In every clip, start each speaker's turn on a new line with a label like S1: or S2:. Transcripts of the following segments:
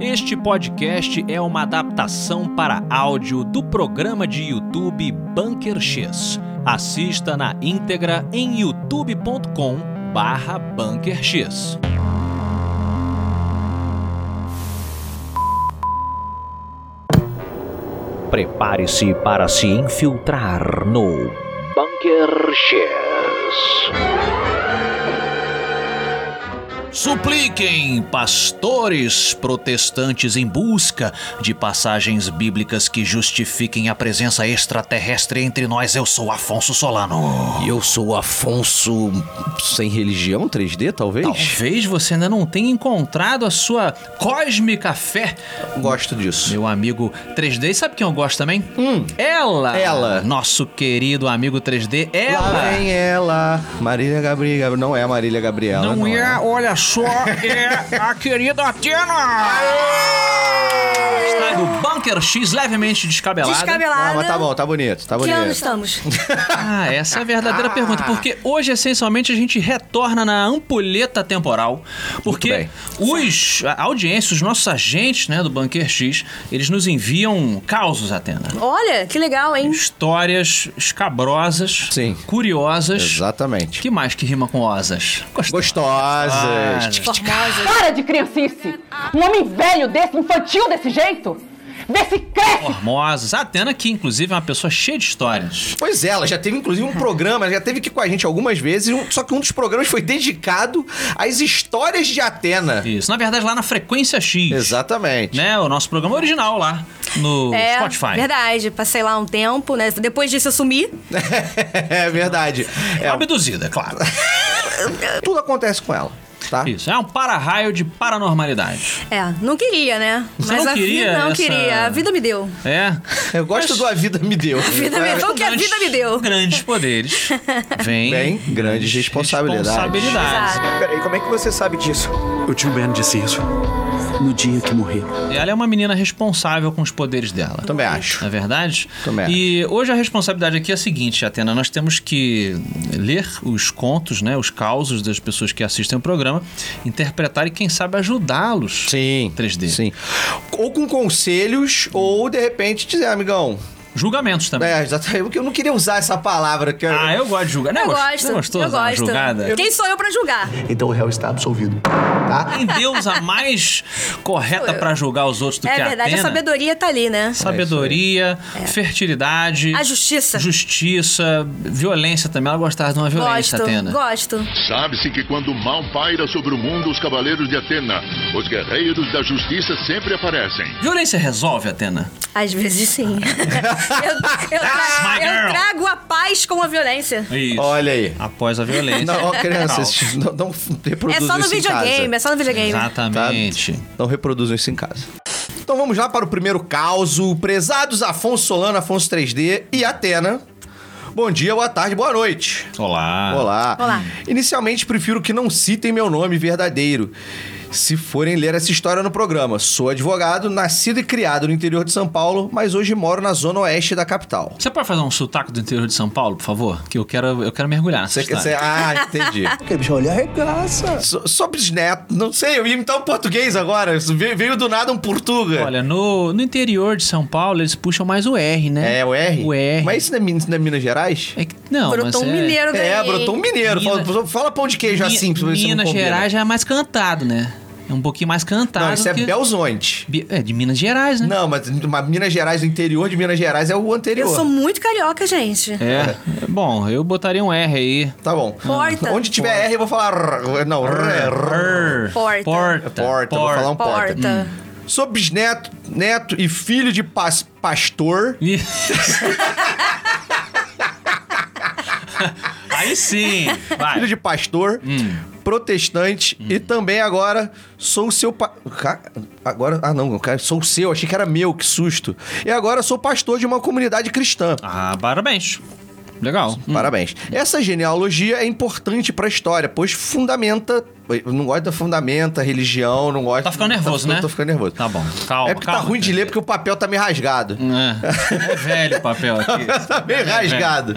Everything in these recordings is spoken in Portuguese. S1: Este podcast é uma adaptação para áudio do programa de YouTube Bunker X. Assista na íntegra em youtube.com barra Bunker X. Prepare-se para se infiltrar no Bunker X. Supliquem, pastores protestantes em busca de passagens bíblicas que justifiquem a presença extraterrestre entre nós. Eu sou Afonso Solano.
S2: E eu sou Afonso sem religião 3D, talvez?
S1: Talvez você ainda não tenha encontrado a sua cósmica fé.
S2: Gosto disso.
S1: Meu amigo 3D, sabe quem eu gosto também? Ela!
S2: Hum. Ela.
S1: Nosso querido amigo 3D, ela!
S2: Lá vem ela. Marília Gabriela. Não é a Marília Gabriela.
S1: Não, é, olha só, é a querida Atena! Está do Bunker X levemente descabelado.
S2: Ah,
S3: Descabelada.
S2: mas tá bom, tá bonito, tá
S3: que
S2: bonito.
S3: ano estamos?
S1: Ah, essa é a verdadeira pergunta, porque hoje essencialmente a gente retorna na ampulheta temporal, porque
S2: bem.
S1: os a audiência, os nossos agentes, né, do Bunker X, eles nos enviam causos, Atena.
S3: Olha, que legal, hein?
S1: Histórias escabrosas,
S2: Sim.
S1: curiosas.
S2: Exatamente.
S1: Que mais que rima com osas? Gostei. Ah.
S2: Gostosas.
S3: Formosas.
S4: Para de criancice! Um homem velho desse, infantil desse jeito? Vê se cresce!
S1: Formosas. A Atena, que inclusive é uma pessoa cheia de histórias.
S2: Pois é, ela já teve inclusive um programa, ela já teve aqui com a gente algumas vezes, um- só que um dos programas foi dedicado às histórias de Atena.
S1: Isso. Na verdade, lá na Frequência X.
S2: Exatamente.
S1: Né? O nosso programa original lá no
S3: É,
S1: Spotify.
S3: verdade. Passei lá um tempo, né? Depois disso eu sumi.
S2: é verdade. É,
S1: Tá Abduzida, claro.
S2: tudo acontece com ela, tá?
S1: Isso. É um para-raio de paranormalidade.
S3: É, não queria, né?
S1: Você
S3: Mas
S1: não
S3: a
S1: queria
S3: vida não
S1: essa-
S3: queria. A vida me deu.
S1: É.
S2: Eu gosto do A Vida Me Deu. É.
S3: A vida me deu o que a vida me deu.
S1: Grandes poderes. Vem.
S2: Vem grandes responsabilidades.
S1: responsabilidades.
S5: Peraí, como é que você sabe disso?
S6: O tio Ben disse isso no dia que morreu.
S1: E Ela é uma menina responsável com os poderes dela.
S2: Também acho.
S1: Não é verdade?
S2: Também acho.
S1: E hoje a responsabilidade aqui é a seguinte, Atena. Nós temos que ler os contos, né? Os causos das pessoas que assistem o programa, interpretar e, quem sabe, ajudá-los.
S2: Sim.
S1: 3D.
S2: Sim. Ou com conselhos, ou de repente dizer, amigão.
S1: Julgamentos também.
S2: É, exatamente. Porque eu não queria usar essa palavra que
S1: Ah, eu gosto de julgar. Não é
S3: Eu
S1: gost-
S3: gosto.
S1: não é gostoso
S3: eu
S1: dar uma
S3: gosto.
S1: julgada?
S3: Quem sou eu pra julgar?
S5: Então o réu está absolvido.
S1: Tem Deus a mais correta pra julgar os outros do
S3: É
S1: que a
S3: verdade, a
S1: Atena?
S3: sabedoria tá ali, né?
S1: Sabedoria, fertilidade,
S3: A justiça.
S1: justiça, violência também. Ela gostava de uma violência,
S3: Gosto,
S1: Atena.
S3: gosto.
S7: Sabe-se que quando o mal paira sobre o mundo, os cavaleiros de Atena, os guerreiros da justiça sempre aparecem.
S1: Violência resolve, Atena?
S3: Às vezes sim. eu, eu tra-
S1: Ah, my
S3: eu
S1: girl.
S3: trago a paz com a violência.
S1: Isso.
S2: Olha aí.
S1: Após a violência.
S2: Não, ó, crianças, não, não
S3: É
S2: reproduzam
S3: só no
S2: isso em casa.
S3: videogame, é só no videogame.
S1: Exatamente.
S2: Não reproduzam isso em casa. Então vamos lá para o primeiro caso. Prezados Afonso Solano, Afonso 3D e Atena. Bom dia, boa tarde, boa noite.
S1: Olá.
S2: Olá.
S3: Olá.
S2: Inicialmente, prefiro que não citem meu nome verdadeiro. Se forem ler essa história no programa, sou advogado, nascido e criado no interior de São Paulo, mas hoje moro na zona oeste da capital.
S1: Você pode fazer um sotaque do interior de São Paulo, por favor? Que eu quero, eu quero mergulhar nessa
S2: Você quer
S1: história.
S2: dizer. Ah, entendi.
S5: Que bicho, olha, arregaça.
S2: So- Sobre os netos, não sei, eu ia imitar um português agora. isso ve- Veio do nada um portuga.
S1: Olha, no, no interior de São Paulo, eles puxam mais o R, né?
S2: é o R?
S1: O R.
S2: Mas isso não é, Min- isso não é Minas Gerais?
S1: É que, não, mas
S3: Brotou um
S1: é-
S3: mineiro daí.
S2: É, brotou um mineiro. Fala,
S1: Minas-
S2: fala pão de queijo
S1: Mi-
S2: assim, pra ver se não
S1: Minas
S2: combina.
S1: Gerais já é mais cantado, né? É um pouquinho mais cantado.
S2: Não, isso é
S1: que...
S2: Belzonte.
S1: Bi- É de Minas Gerais, né?
S2: Não, mas, mas Minas Gerais, o interior de Minas Gerais é o anterior.
S3: Eu sou muito carioca, gente.
S1: É. Bom, eu botaria um R aí.
S2: Tá bom.
S3: Porta.
S2: Onde tiver R, eu vou falar. r- Não, r- r-
S1: R.
S3: Porta.
S1: Porta.
S2: Porta, vou falar um porta.
S3: Porta.
S2: Sou bisneto, neto e filho de pas- pastor.
S1: Ih. aí sim. Vai.
S2: Filho de pastor, protestante e também agora sou seu. Pa... Ca- Agora. Ah, não, cara, sou seu, achei que era meu, que susto. E agora sou pastor de uma comunidade cristã.
S1: Ah, parabéns. Legal. Hum.
S2: Parabéns. Essa genealogia é importante pra história, pois fundamenta. Eu não gosto da fundamenta, religião, não gosto.
S1: Tá ficando nervoso,
S2: ficando-
S1: né?
S2: Tô ficando nervoso.
S1: Tá bom. Calma,
S2: É porque
S1: calma,
S2: tá ruim de
S1: Pedro.
S2: ler porque o papel tá meio rasgado.
S1: É, é velho o papel aqui.
S2: tá meio
S1: É velho.
S2: rasgado.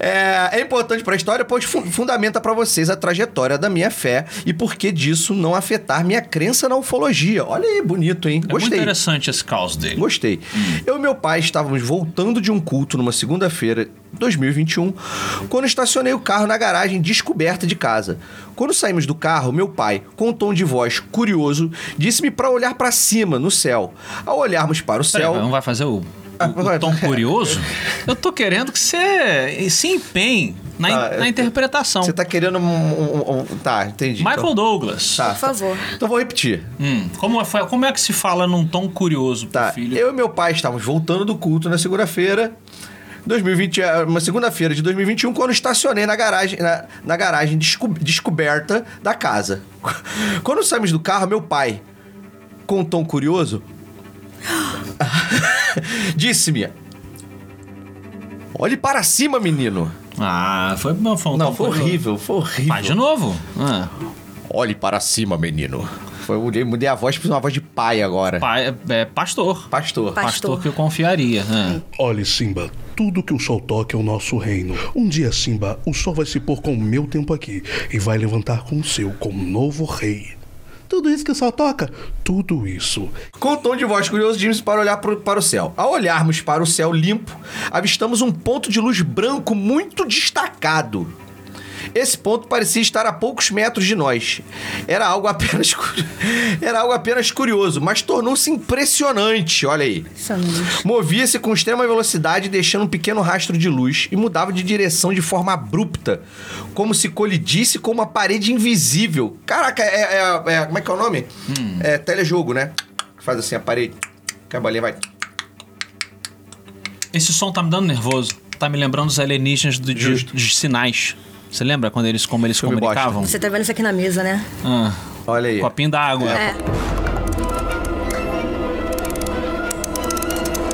S1: É.
S2: é, é importante para a história, pois fu- fundamenta para vocês a trajetória da minha fé e por que disso não afetar minha crença na ufologia. Olha aí, bonito, hein?
S1: É muito
S2: Gostei.
S1: interessante esse caos dele.
S2: Gostei.
S1: Hum.
S2: Eu e meu pai estávamos voltando de um culto numa segunda-feira, 2021, quando estacionei o carro na garagem descoberta de casa. Quando saímos do carro, meu pai, com um tom de voz curioso, disse-me para olhar para cima, no céu. Ao olharmos para É o Ah,
S1: Peraí,
S2: céu,
S1: não vai fazer o, o- o tom curioso? Eu tô querendo que você se empenhe na, in-
S2: Tá,
S1: na
S2: eu-
S1: interpretação.
S2: você tá querendo um, um- um- Tá, entendi.
S1: Michael
S2: então,
S1: Douglas.
S2: tá.
S3: Por favor.
S2: Então vou repetir.
S1: Hum, como, é, como é que se fala num tom curioso pro
S2: Tá.
S1: filho?
S2: Eu e meu pai estávamos voltando do culto na segunda-feira. 2020, eh, uma segunda-feira de 2021, quando estacionei na garagem, na, na garagem desco- descoberta da casa. Quando saímos do carro, meu pai, com um tom curioso, disse-me: Olhe para cima, menino.
S1: Ah, foi, não, foi um
S2: Não,
S1: tom
S2: foi
S1: curioso.
S2: horrível, foi horrível.
S1: Faz de novo. Ah,
S2: Olhe para cima, menino. Foi, eu mudei, mudei a voz para uma voz de pai agora.
S1: pai, é, pastor.
S2: Pastor.
S3: Pastor.
S1: Pastor que eu confiaria.
S2: né?
S1: ah.
S8: Olhe, Simba, tudo que o sol toca é o nosso reino. Um dia, Simba, o sol vai se pôr com o meu tempo aqui e vai levantar com o seu, como novo rei. Tudo isso que o sol toca? Tudo isso.
S2: Com um tom de voz curioso, disse para olhar pro- para o céu. Ao olharmos para o céu limpo, avistamos um ponto de luz branco muito destacado. Esse ponto parecia estar a poucos metros de nós. Era algo apenas cu- era algo apenas curioso, mas tornou-se impressionante. Olha aí. Movia-se com extrema velocidade, deixando um pequeno rastro de luz e mudava de direção de forma abrupta, como se colidisse com uma parede invisível. Caraca, é. é- é- como é que é o nome? É telejogo, né? Que Faz assim a parede. que a bolinha vai.
S1: Esse som tá me dando nervoso. Tá me lembrando dos alienígenas do, de,
S2: Justo.
S1: de sinais. Você lembra quando eles, como eles
S2: Filme bosta.
S1: comunicavam?
S3: Você tá vendo isso aqui na mesa, né?
S1: Ah,
S2: Olha aí.
S1: copinho d'água.
S3: É.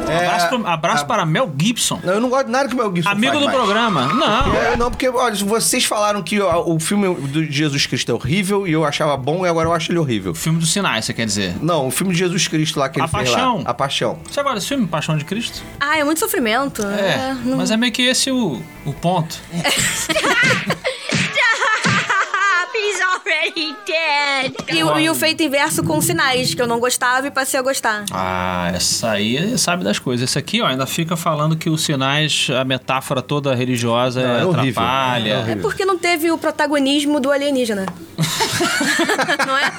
S1: É. Abraço, pro- abraço para Mel Gibson.
S2: É. Não, eu não gosto de nada que o meu Gibson
S1: Amigo
S2: faz
S1: do
S2: mais.
S1: programa. Não.
S2: É, não, porque, olha, vocês falaram que ó, o filme do Jesus Cristo é horrível e eu achava bom e agora eu acho ele horrível.
S1: Filme dos sinais, você quer dizer.
S2: Não, o filme de Jesus Cristo lá que ele
S1: A
S2: fez
S1: Paixão.
S2: lá. A Paixão.
S1: Você agora esse filme, Paixão de Cristo?
S3: Ah, é muito sofrimento.
S1: É.
S3: não-
S1: Mas é meio que esse o, o ponto.
S9: He's already dead.
S3: E, o- e o feito inverso com sinais, que eu não gostava e passei a gostar. É
S1: Ah, essa aí sabe das coisas. Esse aqui, ó, ainda fica falando que os sinais, a metáfora toda religiosa
S2: Não, é horrível.
S1: atrapalha.
S2: É horrível.
S3: Porque não teve o protagonismo do alienígena. não é?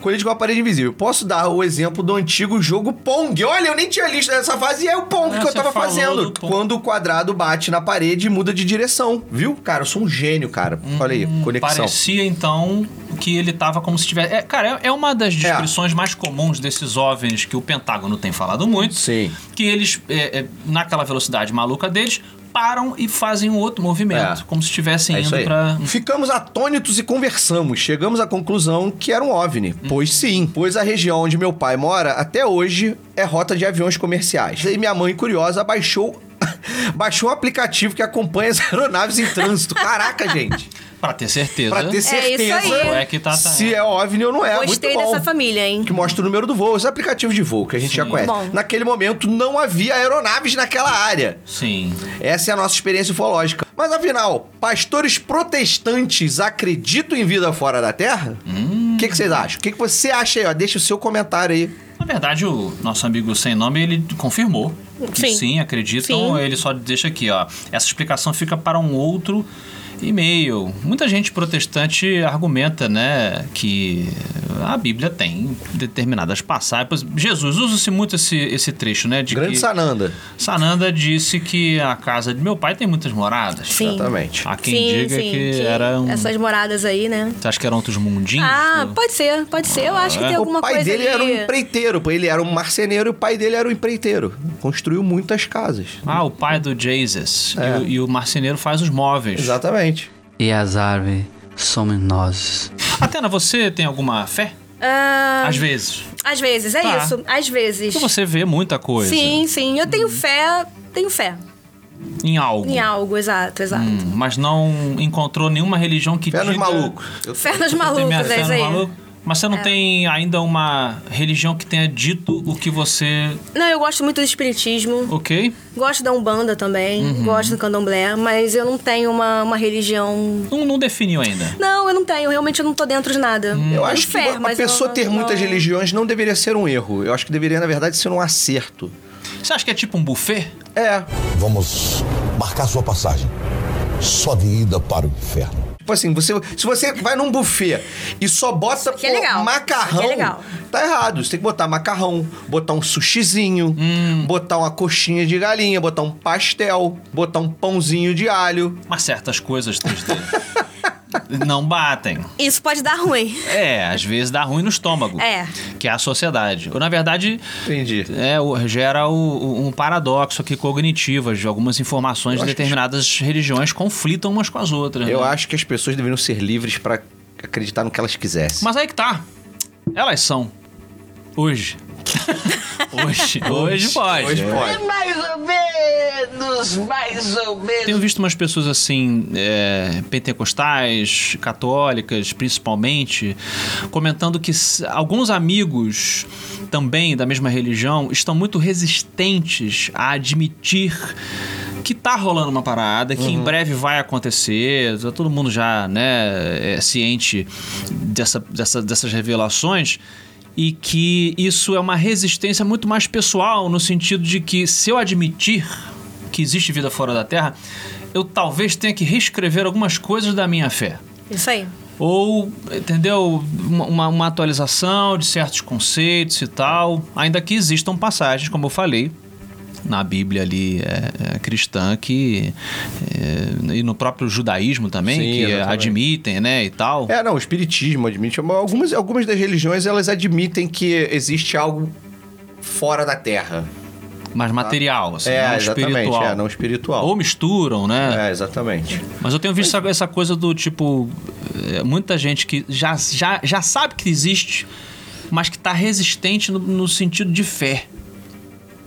S2: Colide com a parede invisível. Posso dar o exemplo do antigo jogo Pong. Olha, eu nem tinha lista dessa fase e é o Pong
S1: É,
S2: que eu
S1: você
S2: tava
S1: falou
S2: fazendo.
S1: do Pong.
S2: Quando o quadrado bate na parede e muda de direção, viu? Cara, eu sou um gênio, cara.
S1: Hum,
S2: Olha aí, conexão. É
S1: Parecia então que ele tava como se tivesse. É, cara, é é uma das descrições mais comuns desses OVNIs que o Pentágono tem falado muito.
S2: Sim.
S1: Que eles, é, é, naquela velocidade maluca deles, param e fazem um outro movimento,
S2: É.
S1: como se estivessem
S2: É isso
S1: indo
S2: aí.
S1: pra.
S2: Ficamos atônitos e conversamos. Chegamos à conclusão que era um OVNI.
S1: Hum.
S2: Pois sim, pois a região onde meu pai mora até hoje é rota de aviões comerciais. E minha mãe, curiosa, baixou, baixou um aplicativo que acompanha as aeronaves em trânsito. Caraca, gente.
S1: Pra ter certeza.
S2: Pra ter certeza
S3: isso aí.
S1: É que tá- tá-
S2: É se é OVNI ou não é.
S3: Gostei
S2: Muito bom.
S3: dessa família, hein?
S2: Que mostra o número do voo, esse aplicativo de voo que a gente já conhece.
S3: Bom.
S2: Naquele momento não havia aeronaves naquela área.
S1: Sim.
S2: Essa é a nossa experiência ufológica. Mas afinal, pastores protestantes acreditam em vida fora da Terra? O
S1: Hum.
S2: que, que vocês acham? O que, que você acha aí? Ó? Deixa o seu comentário aí.
S1: Na verdade, o nosso amigo sem nome, ele confirmou. que
S3: Sim.
S1: Sim, acreditam.
S3: Sim.
S1: Ele só deixa aqui, ó. Essa explicação fica para um outro e-mail. Muita gente protestante argumenta, né, que a Bíblia tem determinadas passagens. Jesus, usa-se muito esse, esse trecho, né? De
S2: Grande
S1: que
S2: Sananda.
S1: Sananda disse que a casa de meu pai tem muitas moradas.
S3: Sim.
S2: Exatamente.
S1: Há quem
S3: sim,
S1: diga
S3: sim.
S1: que, era um...
S3: Essas moradas aí, né?
S1: Você acha que eram outros mundinhos? né?
S3: Ah, pode ser, pode ser. Eu acho que tem alguma
S2: o pai
S3: coisa
S2: dele
S3: ali.
S2: era um empreiteiro, pô. ele era um marceneiro e o pai dele era um empreiteiro. Construiu muitas casas.
S1: Ah, o pai do Jesus. E, o- e o marceneiro faz os móveis.
S2: Exatamente.
S10: E as árvores somos nós.
S1: Atena, você tem alguma fé?
S3: Ah,
S1: Às vezes.
S3: às vezes, é
S1: Tá.
S3: isso. Às vezes.
S1: Porque você vê muita coisa
S3: Sim, sim. Eu
S1: Uhum.
S3: tenho fé, tenho fé
S1: em algo.
S3: em algo, exato, exato.
S1: Hum, Mas não encontrou nenhuma religião que
S2: Fé nos
S1: diga-
S2: malucos.
S3: Fé
S1: Tem
S3: nos
S1: minha
S3: malucos,
S1: fé
S3: é isso
S1: no
S3: aí.
S1: maluco. Mas você não
S3: É.
S1: tem ainda uma religião que tenha dito o que você.
S3: Não, eu gosto muito do espiritismo.
S1: Ok?
S3: Gosto da Umbanda também.
S1: Uhum.
S3: Gosto do candomblé. Mas eu não tenho uma, uma religião.
S1: Não, não definiu ainda.
S3: Não, eu não tenho. Realmente eu não tô dentro de nada.
S1: Uhum.
S2: Eu acho que
S3: fé,
S2: uma, uma
S3: mas eu
S2: pessoa
S3: não-
S2: ter
S3: não-
S2: muitas religiões não deveria ser um erro. Eu acho que deveria, na verdade, ser um acerto.
S1: Você acha que é tipo um buffet?
S2: É.
S11: Vamos marcar sua passagem. Só de ida para o inferno.
S2: Tipo assim, você, se você vai num buffet e só bota
S3: é
S2: pô,
S3: legal.
S2: macarrão,
S3: Isso aqui é legal.
S2: tá errado. Você tem que botar macarrão, botar um sushizinho,
S3: Hum.
S2: botar uma coxinha de galinha, botar um pastel, botar um pãozinho de alho.
S1: Mas certas coisas 3D não batem.
S3: Isso pode dar ruim.
S1: É, às vezes dá ruim no estômago.
S3: É.
S1: Que é a sociedade. Ou, na verdade,
S2: Entendi.
S1: É, o- gera o- o- um paradoxo aqui cognitivo. de Algumas informações
S2: Eu
S1: de
S2: acho que-
S1: determinadas religiões conflitam umas com as
S3: É.
S1: outras.
S2: Eu
S1: né?
S2: acho que as pessoas deveriam ser livres pra acreditar no que elas quisessem.
S1: Mas aí que tá. Elas são. Hoje. hoje. Hoje pode.
S2: Hoje pode.
S4: Mais ou menos, mais ou menos.
S1: Tenho visto umas pessoas assim, é, pentecostais, católicas, principalmente, comentando que s- alguns amigos também da mesma religião estão muito resistentes a admitir que tá rolando uma parada, que em breve vai acontecer, tá todo mundo já, né, é ciente dessa, dessa- dessas revelações. E que isso é uma resistência muito mais pessoal, no sentido de que se eu admitir que existe vida fora da Terra, eu talvez tenha que reescrever algumas coisas da minha fé.
S3: Isso aí.
S1: Ou, entendeu? Uma, uma- uma atualização de certos conceitos e tal. Ainda que existam passagens, como eu falei, na Bíblia ali é, é, cristã que. é, e no próprio judaísmo também,
S2: Sim,
S1: que
S2: exatamente.
S1: admitem, né? E tal.
S2: É, não, o espiritismo admite. mas Algumas, algumas das religiões, elas admitem que existe algo fora da Terra.
S1: Mas material, assim,
S2: é,
S1: não
S2: exatamente.
S1: espiritual.
S2: É, não espiritual.
S1: Ou misturam, né?
S2: É, exatamente.
S1: Mas eu tenho visto
S2: é.
S1: essa- essa coisa do tipo. é, Muita gente que já, já, já sabe que existe, mas que tá resistente no, no sentido de fé.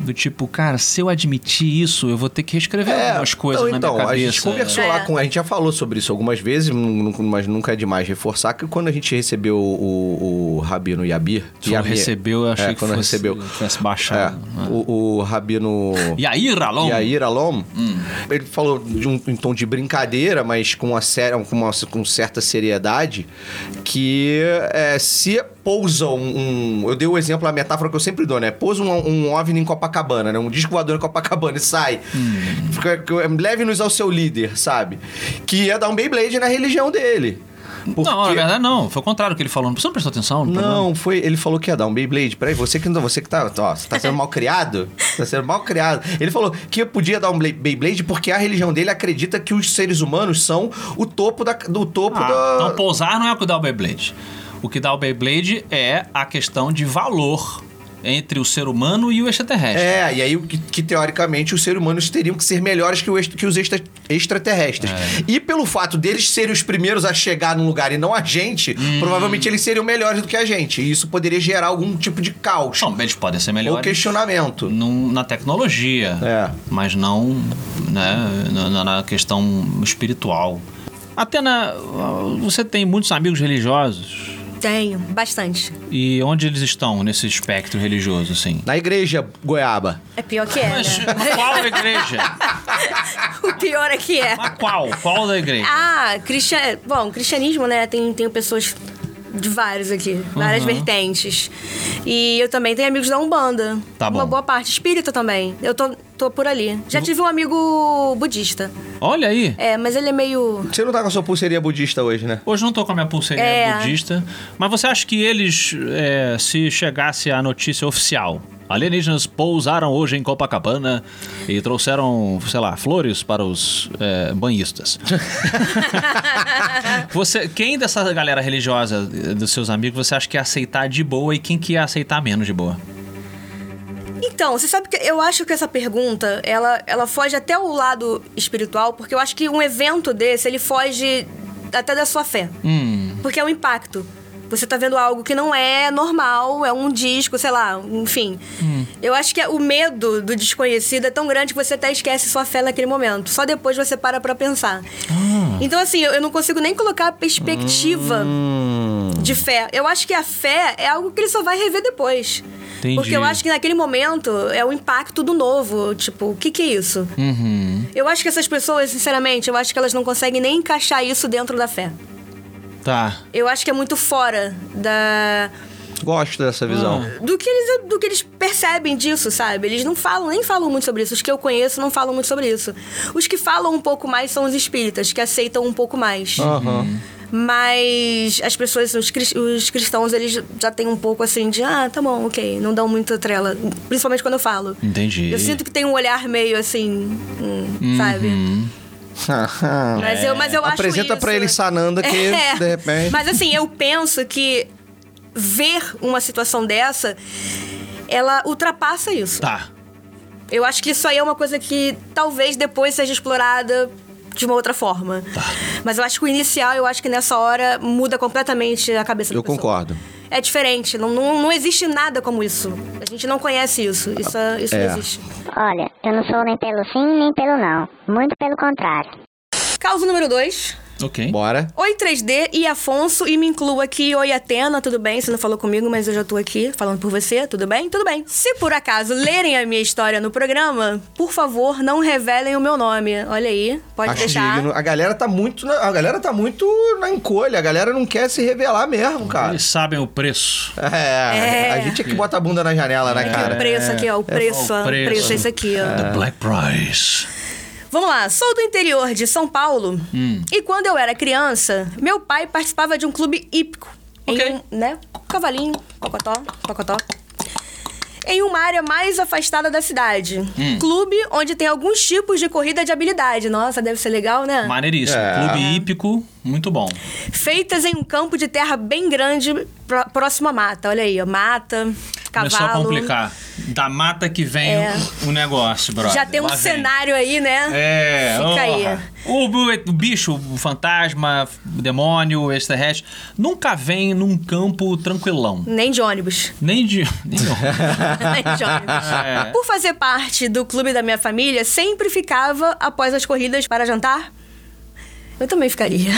S1: Do tipo, cara, se eu admitir isso, eu vou ter que reescrever algumas coisas
S2: então,
S1: na
S2: então,
S1: minha cabeça.
S2: a gente conversou lá com. A gente já falou sobre isso algumas vezes, nu- nu- mas nunca é demais reforçar que quando a gente recebeu o, o, o Rabino Yabir.
S1: Quando recebeu, eu achei
S2: é,
S1: que
S2: quando
S1: fosse- né?
S2: recebeu.
S1: tivesse baixado.
S2: É, o, o Rabino.
S1: Yair Alon.
S2: Yair Alon.
S1: Hum.
S2: Ele falou de um, em tom de brincadeira, mas com uma, séria, com uma com certa seriedade, que é, se pousa um, um- Eu dei o exemplo, a metáfora que eu sempre dou, né? Pousa um, um OVNI em Copacabana, né? Um disco voador em Copacabana e sai.
S1: Hum.
S2: Fica- que- é, Leve-nos ao seu líder, sabe? Que ia dar um Beyblade na religião dele. Porque-
S1: Não, na verdade não. Foi o contrário que ele falou. Você não prestou atenção? no programa?
S2: não, foi. Ele falou que ia dar um Beyblade. Peraí, você que não. Você que tá. Ó, você tá sendo mal criado? Tá sendo mal criado. Ele falou que podia dar um Bey- Beyblade porque a religião dele acredita que os seres humanos são o topo da. Do topo
S1: Ah,
S2: da.
S1: Então pousar não é o que dá o Beyblade. O que dá o Beyblade é a questão de valor entre o ser humano e o extraterrestre.
S2: É, e aí o que, que, teoricamente os seres humanos teriam que ser melhores que, o extra- que os extra-
S1: É.
S2: extraterrestres. E pelo fato deles serem os primeiros a chegar num lugar e não a gente,
S1: Hum.
S2: provavelmente eles seriam melhores do que a gente. E isso poderia gerar algum tipo de caos
S1: Não, eles podem ser
S2: ou
S1: melhores.
S2: questionamento.
S1: num- na tecnologia,
S2: É.
S1: mas não né, na- na, na questão espiritual. Até na. Você tem muitos amigos religiosos.
S3: Tenho, bastante.
S1: E onde eles estão nesse espectro religioso, assim?
S2: Na igreja, goiaba.
S3: É pior que é.
S1: Mas
S3: né?
S1: qual a igreja?
S3: o pior é que é.
S1: Mas qual? Qual da igreja?
S3: Ah, cristian... bom, cristianismo, né? Tem, tem pessoas de vários aqui, várias
S1: Uhum.
S3: vertentes. E eu também tenho amigos da Umbanda.
S1: Tá bom.
S3: Uma boa parte. Espírita também. Eu tô, tô por ali. Já tive um amigo budista.
S1: Olha aí.
S3: É, mas ele é meio.
S2: Você não tá com a sua pulseirinha budista hoje, né?
S1: Hoje não tô com a minha pulseirinha
S3: É.
S1: budista, mas você acha que eles, é, se chegasse a notícia oficial, alienígenas pousaram hoje em Copacabana e trouxeram, sei lá, flores para os é, banhistas. você, quem dessa galera religiosa eh, dos seus amigos você acha que ia aceitar de boa e quem que ia aceitar menos de boa?
S3: Então, você sabe que eu acho que essa pergunta, ela, ela foge até o lado espiritual, porque eu acho que um evento desse, ele foge até da sua fé. Porque é um impacto. Você tá vendo algo que não é normal, é um disco, sei lá, enfim. Eu acho que é o medo do desconhecido é tão grande que você até esquece sua fé naquele momento. Só depois você
S1: Hum.
S3: para pra pensar. Então, assim, eu, eu não consigo nem colocar a perspectiva de fé. Eu acho que a fé é algo que ele só vai rever depois.
S1: Entendi.
S3: Porque eu acho que naquele momento é o impacto do novo. Tipo, o que, que é isso?
S1: Uhum.
S3: Eu acho que essas pessoas, sinceramente, eu acho que elas não conseguem nem encaixar isso dentro da fé.
S1: Tá.
S3: Eu acho que é muito fora da.
S2: Gosto dessa visão.
S3: Do que, eles, do que eles percebem disso, sabe? Eles não falam, nem falam muito sobre isso. Os que eu conheço não falam muito sobre isso. Os que falam um pouco mais são os espíritas, que aceitam um pouco mais.
S2: Aham.
S3: Mas as pessoas, os, cris- os cristãos, eles já têm um pouco assim de, ah, tá bom, ok, não dão muita trela. Principalmente quando eu falo.
S1: Entendi.
S3: Eu sinto que tem um olhar meio assim, hum, sabe? Mas eu- mas eu acho
S2: Ah, Apresenta
S3: isso-
S2: pra ele Sananda que,
S3: É.
S2: de repente...
S3: Mas assim, eu penso que ver uma situação dessa, ela ultrapassa isso.
S1: Tá.
S3: Eu acho que isso aí é uma coisa que talvez depois seja explorada de uma outra forma.
S2: Tá.
S3: Mas eu acho que o inicial, eu acho que nessa hora muda completamente a cabeça
S2: Eu
S3: da pessoa.
S2: concordo.
S3: É diferente, não, não, não existe nada como isso. A gente não conhece isso. Isso, isso
S2: É.
S3: não existe.
S12: Olha, eu não sou nem pelo sim, nem pelo não. Muito pelo contrário.
S3: Causa número 2.
S1: Ok.
S2: Bora.
S3: Oi 3D e Afonso, e me incluo aqui. Oi Atena, tudo bem? Você não falou comigo, mas eu já tô aqui falando por você, tudo bem? Tudo bem. Se por acaso lerem a minha história no programa, por favor, não revelem o meu nome. Olha aí, pode
S2: Acho
S3: deixar.
S2: digno. A galera tá muito na, a galera tá muito na encolha, a galera não quer se revelar mesmo, cara.
S1: Eles sabem o preço.
S2: É,
S3: É.
S2: a gente é que bota a bunda na janela, né, cara?
S3: O preço aqui, ó, o preço, ó, o preço, é isso aqui, ó.
S1: The Black Price.
S3: Vamos lá, sou do interior de São Paulo.
S1: Hum.
S3: E quando eu era criança, meu pai participava de um clube hípico. Em um, né? Cavalinho, cocotó, cocotó. Em uma área mais afastada da cidade.
S1: Hum.
S3: Clube onde tem alguns tipos de corrida de habilidade. Nossa, deve ser legal, né?
S1: Maneiríssimo. Clube hípico, muito bom.
S3: Feitas em um campo de terra bem grande, pró- próximo à mata. Olha aí, ó, mata, cavalo.
S1: Começou a complicar. Da mata que vem
S3: É.
S1: o, o negócio, brother.
S3: Já tem um
S1: Lá vem.
S3: cenário aí, né?
S1: É,
S3: Fica aí.
S1: honra. O, bu- o bicho, o fantasma, o demônio, o extraterrestre, nunca vem num campo tranquilão.
S3: Nem de ônibus.
S1: Nem de. Nem de
S3: de ônibus.
S1: É.
S3: Por fazer parte do clube da minha família, sempre ficava após as corridas para jantar. Eu também ficaria.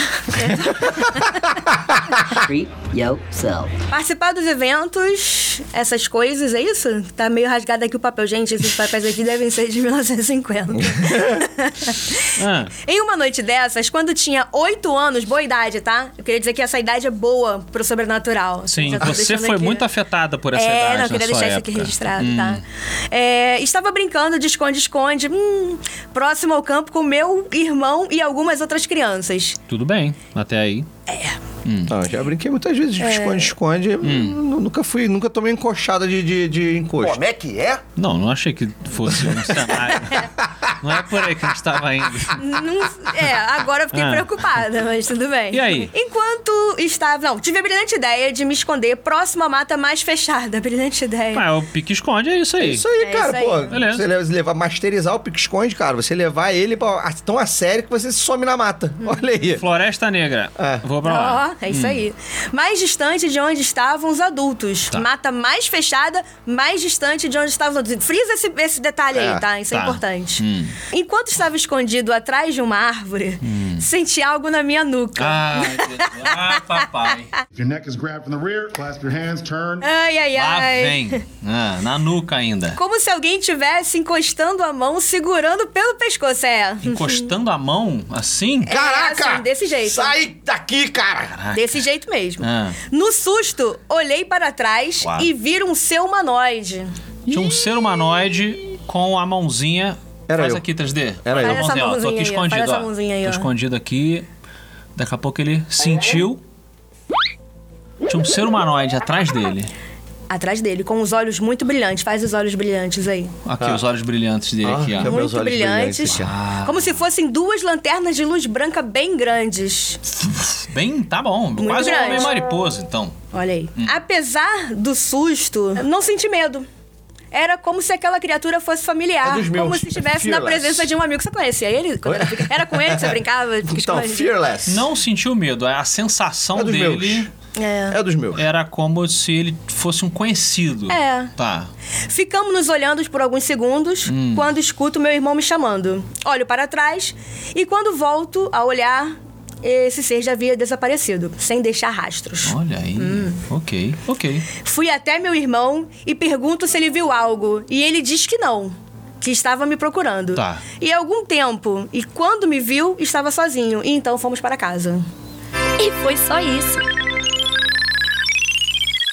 S13: Treat yourself.
S3: Participar dos eventos, essas coisas, é isso? Tá meio rasgado aqui o papel. Gente, esses papéis aqui devem ser de 1950.
S1: Ah,
S3: Em uma noite dessas, quando tinha 8 anos, boa idade, tá? Eu queria dizer que essa idade é boa pro sobrenatural.
S1: Sim,
S3: Já tô
S1: você
S3: deixando
S1: foi
S3: aqui.
S1: muito afetada por essa
S3: é,
S1: idade.
S3: não,
S1: na
S3: eu queria
S1: sua
S3: deixar isso
S1: época.
S3: aqui registrado,
S1: Hum.
S3: tá? É, estava brincando de esconde-esconde, hum, próximo ao campo com meu irmão e algumas outras crianças.
S1: Tudo bem, até aí.
S2: Não, já brinquei muitas vezes
S3: É.
S2: de esconde-esconde. nu- Nunca fui, nunca tomei encoxada de, de, de encosto. Como é que é?
S1: Não, não achei que fosse um cenário. não é por aí que a gente tava indo.
S3: Não- é, agora eu fiquei
S1: Ah.
S3: preocupada, mas tudo bem.
S1: E aí?
S3: Enquanto estava. Não, tive a brilhante ideia de me esconder próximo à mata mais fechada. Brilhante ideia.
S1: Ah, o pique esconde é isso
S2: É
S1: aí.
S2: isso aí,
S3: É
S2: cara,
S3: isso
S2: pô.
S3: aí. Beleza.
S2: Você leva- você levar, masterizar o pique-esconde, cara. Você levar ele pra- a- tão a sério que você some na mata.
S3: Hum.
S2: Olha
S1: É
S2: aí.
S1: Floresta Negra. Vou pra
S3: Ó,
S1: lá.
S3: é isso
S1: Hum.
S3: aí. Mais distante de onde estavam os adultos.
S1: Tá.
S3: Mata mais fechada, mais distante de onde estavam os adultos. Frisa esse, esse detalhe aí, tá? Isso é importante.
S1: Hum.
S3: Enquanto estava escondido atrás de uma árvore,
S1: Hum.
S3: senti algo na minha nuca.
S1: Ah, papai.
S14: If your neck is grabbed from the rear, clasp your hands, turn.
S3: Ai, ai,
S1: Lá
S3: ai.
S1: vem. Ah, na nuca ainda.
S3: Como se alguém estivesse encostando a mão, segurando pelo pescoço. É.
S1: Encostando a mão assim?
S3: É, assim, desse jeito.
S2: Sai daqui, cara!
S3: Desse jeito mesmo.
S1: Ah,
S3: No susto, olhei para trás
S1: Uau.
S3: e vi um ser humanoide.
S1: tinha um ser humanoide com a mãozinha.
S2: Era
S1: faz
S2: eu.
S1: aqui, 3D.
S2: Era
S1: faz
S2: eu.
S1: A mãozinha, ó. Tô aqui
S3: Faz essa
S1: escondido, ó.
S3: mãozinha aí,
S1: Tô
S3: ó.
S1: escondido aqui. Daqui a pouco ele sentiu. Tinha um ser humanoide atrás dele.
S3: Atrás dele, com os olhos muito brilhantes. Faz os olhos brilhantes aí.
S1: Aqui,
S2: Ah.
S1: os olhos brilhantes dele aqui, ó.
S2: Então,
S3: Muito brilhantes. Como se fossem duas lanternas de luz branca bem grandes.
S1: Bem, tá bom. Quase um
S3: grande.
S1: homem mariposa, então.
S3: Olha aí. Apesar do susto, não senti medo. Era como se aquela criatura fosse familiar.
S2: É dos meus.
S3: como se estivesse na
S1: Fearless.
S3: presença de um amigo. Você conhecia ele? Quando era pequeno? Era com ele que você brincava?
S2: Então,
S3: esconde?
S1: Não sentiu medo. A sensação
S2: É dos
S1: dele.
S3: É.
S2: dos meus.
S1: Era como se ele fosse um conhecido.
S3: É.
S1: Tá.
S3: Ficamos nos olhando por alguns segundos
S1: Hum.
S3: quando escuto meu irmão me chamando. Olho para trás e quando volto a olhar, esse ser já havia desaparecido, sem deixar rastros.
S1: Olha aí.
S3: Hum.
S1: Ok, ok.
S3: Fui até meu irmão e pergunto se ele viu algo. E ele diz que não. Que estava me procurando.
S1: Tá.
S3: E há algum tempo. E quando me viu, estava sozinho. E então fomos para casa.
S9: E foi só isso.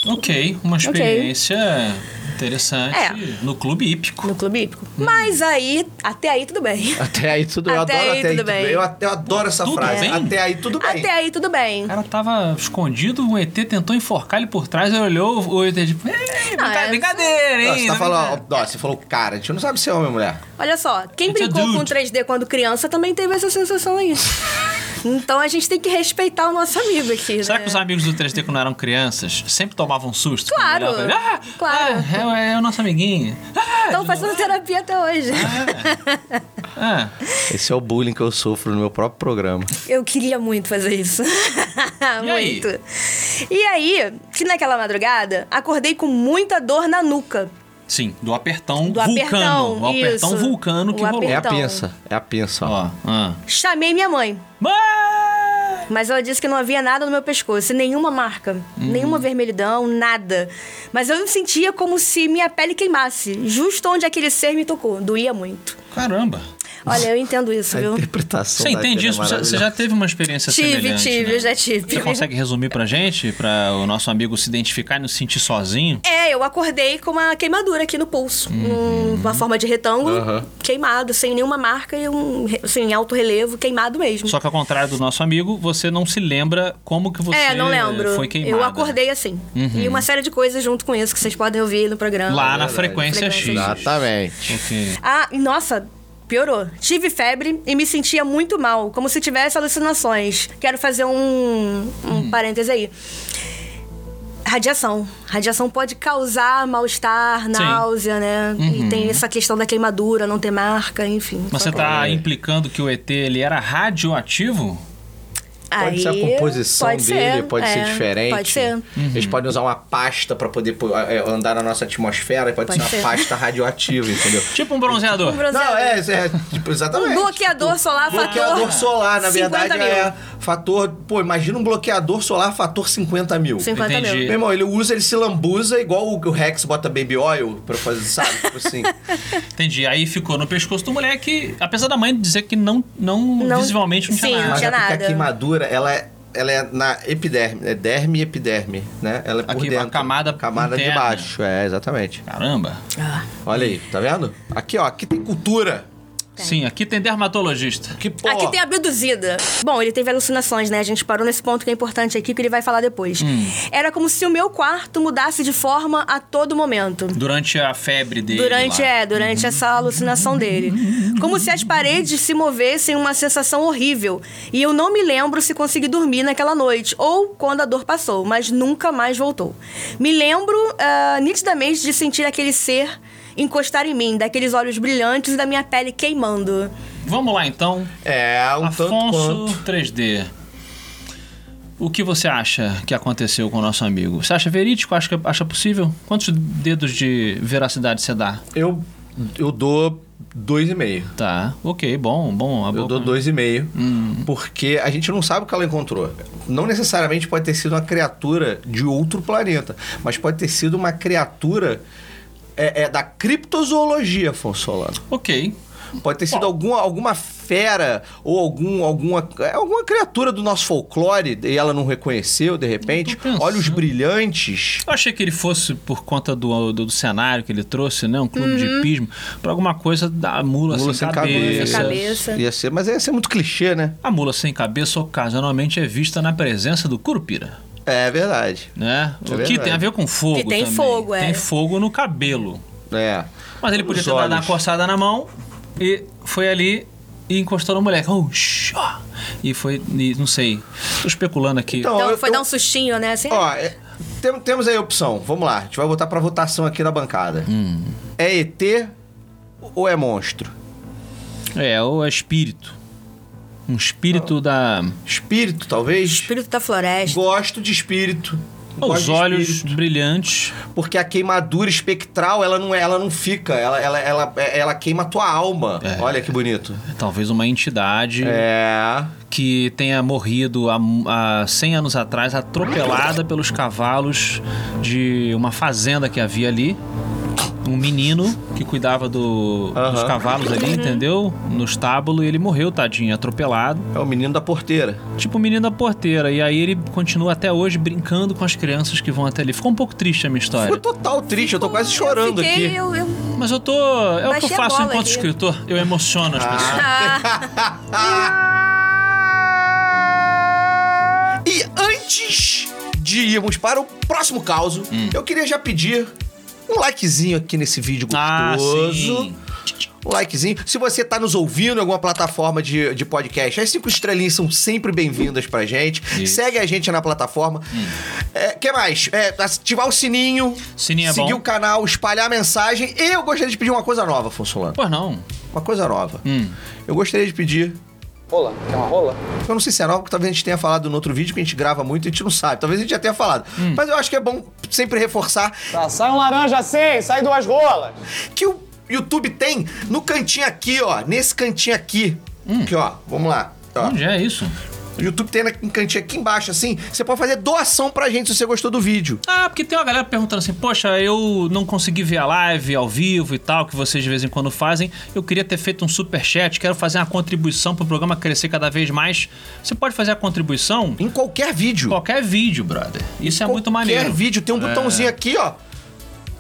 S1: Ok, uma
S3: Ok.
S1: experiência interessante
S3: É.
S1: no clube hípico.
S3: No clube hípico. Mas aí, até aí tudo bem.
S2: Até aí tudo
S3: Até
S2: eu adoro
S3: aí
S2: até aí
S3: tudo
S2: tudo bem.
S3: bem.
S2: Eu, até, eu adoro essa
S1: Tudo
S2: frase.
S1: bem?
S2: Até aí tudo bem.
S3: Até aí tudo bem.
S1: O cara tava escondido, um ET tentou enforcar ele por trás, ele olhou o ET tipo, "Ei,
S3: Não,
S1: brinca-
S3: é-
S1: brincadeira,
S2: Ó,
S1: hein?
S2: você tá
S1: Não
S2: falando, ó, ó, você falou cara, a gente não sabe se é homem ou mulher.
S3: Olha só, quem
S1: é
S2: It's a
S3: brincou com
S2: dude.
S3: 3D quando criança também teve essa sensação aí. então a gente tem que respeitar o nosso amigo aqui.
S1: Será
S3: né?
S1: que os amigos do 3D, quando eram crianças, sempre tomavam susto? quando
S3: Claro,
S1: olhavam pra ele? Ah,
S3: claro. Então
S1: ah, é, é o nosso amiguinho.
S3: Estão fazendo terapia até hoje.
S1: é? Ah,
S2: Esse é o bullying que eu sofro no meu próprio programa.
S3: Eu queria muito fazer isso.
S2: aí?
S3: muito. E aí, que naquela madrugada, acordei com muita dor na nuca.
S1: sim, do apertão
S3: Do
S1: vulcano.
S3: apertão,
S1: o apertão
S3: isso.
S1: vulcano que
S3: O
S1: rolou.
S2: É a
S3: Então.
S2: pinça, é a pinça.
S1: Ó, ah.
S3: Chamei minha mãe.
S1: Mãe!
S3: Mas ela disse que não havia nada no meu pescoço, nenhuma marca,
S1: Uhum.
S3: nenhuma vermelhidão, nada. Mas eu me sentia como se minha pele queimasse, justo onde aquele ser me tocou. Doía muito.
S1: Caramba.
S3: Olha, eu entendo isso, viu?
S2: interpretação
S1: Você
S2: da
S1: entende
S2: Atena é
S1: isso? Você- Você já teve uma experiência
S3: Tive,
S1: semelhante?
S3: tive,
S1: né?
S3: eu já tive.
S1: Você consegue resumir pra gente, pra o nosso amigo se identificar e não se sentir sozinho?
S3: É, eu acordei com uma queimadura aqui no pulso. um- uma forma de retângulo,
S1: Uhum. Aham.
S3: queimado, sem nenhuma marca e um re- assim, alto relevo, queimado mesmo.
S1: Só que ao contrário do nosso amigo, você não se lembra como que você
S3: é, não lembro.
S1: foi queimado.
S3: Eu acordei assim.
S1: Uhum.
S3: E uma série de coisas junto com isso que vocês podem ouvir no programa.
S1: Lá na frequência X.
S2: Exatamente.
S3: Ah, e nossa, piorou. Tive febre e me sentia muito mal, como se tivesse alucinações. Quero fazer um, um
S2: Hum.
S3: parêntese aí. Radiação. Radiação pode causar mal-estar, náusea, né?
S1: Uhum.
S3: E tem essa questão da queimadura, não ter marca, enfim.
S1: Mas você tá implicando que o ET ele era radioativo?
S2: Pode ser a
S3: Aí,
S2: composição
S3: pode
S2: dele,
S3: ser,
S2: pode ser
S3: é,
S2: diferente.
S3: Pode ser.
S2: Eles podem usar uma pasta pra poder pô, é, andar na nossa atmosfera, pode,
S3: Pode
S2: ser
S3: ser.
S2: uma pasta radioativa, entendeu?
S1: Tipo um bronzeador.
S3: Um bronzeador.
S2: Não, é, é tipo,
S3: Um
S2: exatamente. Tipo,
S3: bloqueador solar fator.
S2: bloqueador solar, na
S3: 50
S2: verdade,
S3: mil.
S2: é fator. Pô, imagina um bloqueador solar fator 50 mil.
S3: 50 mil. Entendi.
S2: Meu irmão, ele usa, ele se lambuza igual o, o Rex bota baby oil pra fazer, sabe? Tipo assim.
S1: Entendi. Aí ficou no pescoço do moleque, apesar da mãe dizer que não, não, visivelmente não tinha nada.
S2: Mas é porque a queimadura, ela é. Ela é na epiderme, é derme e epiderme, né? Ela é por
S1: Aqui, a
S2: dentro.
S1: camada
S2: camada de
S1: interna.
S2: baixo, é, exatamente.
S1: Caramba.
S2: Olha aí, tá vendo? Aqui, ó, aqui tem cultura.
S1: Sim, aqui tem dermatologista.
S2: Que porra.
S3: Aqui tem abduzida. Bom, ele teve alucinações, né? A gente parou nesse ponto que é importante aqui, que ele vai falar depois.
S1: Hum.
S3: Era como se o meu quarto mudasse de forma a todo momento.
S1: Durante a febre dele.
S3: Durante,
S1: lá.
S3: é, durante essa alucinação dele. Como se as paredes se movessem uma sensação horrível. E eu não me lembro se consegui dormir naquela noite ou quando a dor passou, mas nunca mais voltou. Me lembro ah, nitidamente de sentir aquele ser encostar em mim, daqueles olhos brilhantes e da minha pele queimando.
S1: Vamos lá então.
S2: É, um
S1: Afonso 3D. O que você acha que aconteceu com o nosso amigo? Você acha verídico? Acha, que- acha possível? Quantos dedos de veracidade você dá?
S2: Eu, eu dou dois e meio.
S1: Tá, ok, bom, bom.
S2: Eu dou dois e meio,
S1: Hum.
S2: porque a gente não sabe o que ela encontrou. Não necessariamente pode ter sido uma criatura de outro planeta, mas pode ter sido uma criatura é, é, da criptozoologia, Afonso Solano.
S1: Ok.
S2: Pode ter sido alguma, alguma fera ou algum, alguma, é, alguma criatura do nosso folclore e ela não reconheceu de repente. Olhos brilhantes.
S1: Eu achei que ele fosse por conta do, do, do cenário que ele trouxe, né? Um clube de
S2: Uhum.
S1: hipismo. Pra alguma coisa da mula,
S2: Mula
S1: sem,
S2: sem
S1: cabeça.
S2: cabeça. Cabeça. Ia ser, mas ia ser muito clichê, né?
S1: A mula sem cabeça ocasionalmente é vista na presença do curupira.
S2: É verdade.
S1: Né? o
S2: É
S1: que
S2: verdade.
S1: tem a ver com fogo
S3: Que tem
S1: também.
S3: fogo, é.
S1: Tem fogo no cabelo.
S2: É.
S1: Mas ele podia ter dado uma coçada na mão e foi ali e encostou no moleque. Oh, shh, ó. E foi, e não sei, tô especulando aqui.
S3: Então, foi dar um sustinho, né? Assim,
S2: Ó, é- tem- temos aí a opção. Vamos lá. A gente vai botar pra votação aqui na bancada.
S1: Hum.
S2: É ET ou é monstro?
S1: É, ou é espírito. Um espírito da...
S2: Espírito, talvez?
S3: Espírito da floresta.
S2: Gosto de espírito. voz
S1: Os
S2: de
S1: olhos brilhantes.
S2: Porque a queimadura espectral, ela não, é- ela não fica, ela, ela, ela, é, ela queima a tua alma. Olha que bonito.
S1: Talvez uma entidade
S2: É.
S1: que tenha morrido há, há 100 anos atrás, atropelada pelos cavalos de uma fazenda que havia ali. Um menino que cuidava do- dos cavalos ali,
S2: Uhum.
S1: entendeu? No estábulo, e ele morreu, tadinho, atropelado.
S2: É o menino da porteira.
S1: Tipo o menino da porteira. E aí ele continua até hoje brincando com as crianças que vão até ali. Ficou um pouco triste a minha história.
S2: Ficou total triste, eu tô quase chorando
S3: Fiquei,
S2: aqui.
S3: eu, eu...
S1: Mas eu tô. É o que eu
S3: Baixei a
S1: faço
S3: bola
S1: enquanto
S3: aqui.
S1: escritor. Eu emociono as pessoas.
S3: ah,
S2: E antes de irmos para o próximo caos,
S1: Hum.
S2: eu queria já pedir um likezinho aqui nesse vídeo gostoso.
S1: Ah, sim.
S2: um likezinho. Se você tá nos ouvindo em alguma plataforma de, de podcast, as cinco estrelinhas são sempre bem-vindas pra gente.
S1: Isso. Hum.
S2: Segue a gente na plataforma. É, que mais? É, ativar o sininho.
S1: Sininho é
S2: Seguir
S1: bom.
S2: o canal, espalhar a mensagem. E eu gostaria de pedir uma coisa nova, Funcionando.
S1: Pois não.
S2: Uma coisa nova. Eu gostaria de pedir. Rola, quer uma rola? Eu não sei se é nova, porque talvez a gente tenha falado no outro vídeo que a gente grava muito e a gente não sabe. Talvez a gente já tenha falado. Mas eu acho que é bom sempre reforçar. sai um laranja sem, sai duas rolas. Que o YouTube tem no cantinho aqui, ó. Nesse cantinho aqui. Aqui, ó. Vamos lá.
S1: Onde é isso?
S2: O YouTube tem na- um cantinho aqui embaixo, assim. Você pode fazer doação pra gente se você gostou do vídeo.
S1: Ah, porque tem uma galera perguntando assim, poxa, eu não consegui ver a live ao vivo e tal, que vocês de vez em quando fazem. Eu queria ter feito um superchat, quero fazer uma contribuição pro programa crescer cada vez mais. Você pode fazer a contribuição?
S2: Em qualquer vídeo.
S1: Qualquer vídeo, brother. Isso é muito maneiro. É.
S2: Qualquer vídeo tem um botãozinho aqui, ó.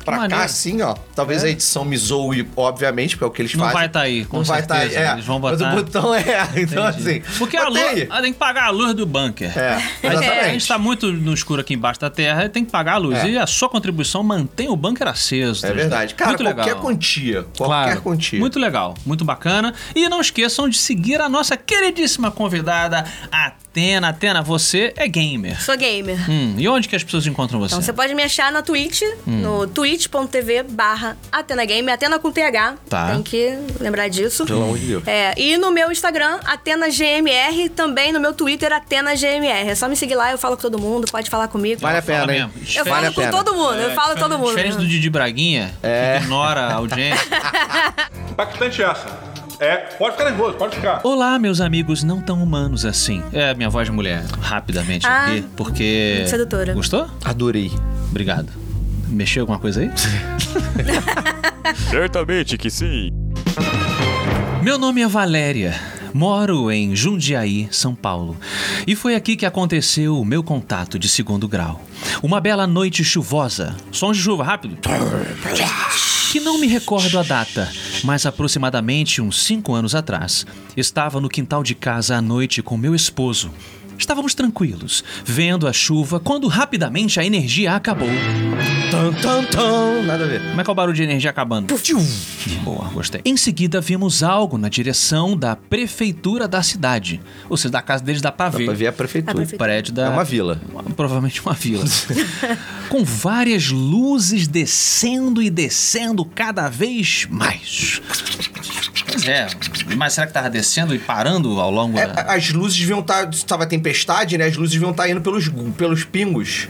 S2: Pra
S1: maneiro. É.
S2: cá, assim, ó. Talvez a edição me zoe, obviamente, porque é o que eles
S1: Não
S2: fazem.
S1: vai tá aí, com
S2: Não vai tá aí,
S1: certeza.
S2: é.
S1: Eles vão
S2: Mas o
S1: botar-
S2: botão é, então
S1: Entendi.
S2: assim.
S1: Porque a luz,
S2: botei.
S1: ah, tem que pagar a luz do bunker. Então,
S2: É,
S1: A gente tá-
S2: exatamente.
S1: está muito no escuro aqui embaixo da terra, tem que pagar a luz.
S2: É.
S1: E a sua contribuição mantém o bunker aceso.
S2: É
S1: 3D.
S2: verdade. Cara,
S1: muito
S2: qualquer
S1: legal.
S2: quantia. Qualquer
S1: Claro.
S2: quantia.
S1: Muito legal, muito bacana. E não esqueçam de seguir a nossa queridíssima convidada, Atena. Atena, você é gamer.
S3: Sou gamer.
S1: Hum, e onde que as pessoas encontram você?
S3: Então você pode me achar na Twitch,
S2: Hum.
S3: no twitch.tv barra AtenaGame, Atena com TH.
S1: Tá.
S3: Tem que lembrar disso.
S1: Pelo amor de Deus.
S3: É, e no meu Instagram, AtenaGMR, também no meu Twitter, AtenaGMR. É só me seguir lá, eu falo com todo mundo, pode falar comigo.
S2: Vale a pena, hein?
S3: Eu falo
S2: Vale a
S3: com
S2: pena.
S3: todo mundo, eu
S15: É,
S3: falo com todo mundo.
S1: É,
S3: né?
S1: Diferente do Didi Braguinha,
S2: É.
S1: que ignora a audiência.
S15: Impactante essa. É, pode ficar nervoso, pode ficar.
S1: Olá, meus amigos não tão humanos assim. É a minha voz de mulher, rapidamente
S3: Ah,
S1: aqui, porque.
S3: sedutora.
S1: Gostou?
S2: Adorei.
S1: Obrigado. Mexeu alguma coisa aí?
S16: Certamente que sim.
S1: Meu nome é Valéria. Moro em Jundiaí, São Paulo. E foi aqui que aconteceu o meu contato de segundo grau. Uma bela noite chuvosa. Som de chuva, rápido. Que não me recordo a data, mas aproximadamente uns cinco anos atrás, estava no quintal de casa à noite com meu esposo. Estávamos tranquilos, vendo a chuva, quando rapidamente a energia acabou.
S2: Tan, tan, tan. Nada a ver.
S1: Como é que é o barulho de energia acabando? Boa, gostei. Em seguida, vimos algo na direção da prefeitura da cidade. Ou seja, da casa deles da Pavê.
S2: Dá pra ver a prefeitura.
S1: O prédio da...
S2: É uma vila.
S1: Uma- provavelmente uma vila. Com várias luzes descendo e descendo cada vez mais. Pois é, mas será que tava descendo e parando ao
S2: É,
S1: longo da...
S2: As luzes deviam estar. Estava tempestade, né? As luzes deviam estar indo pelos, pelos pingos.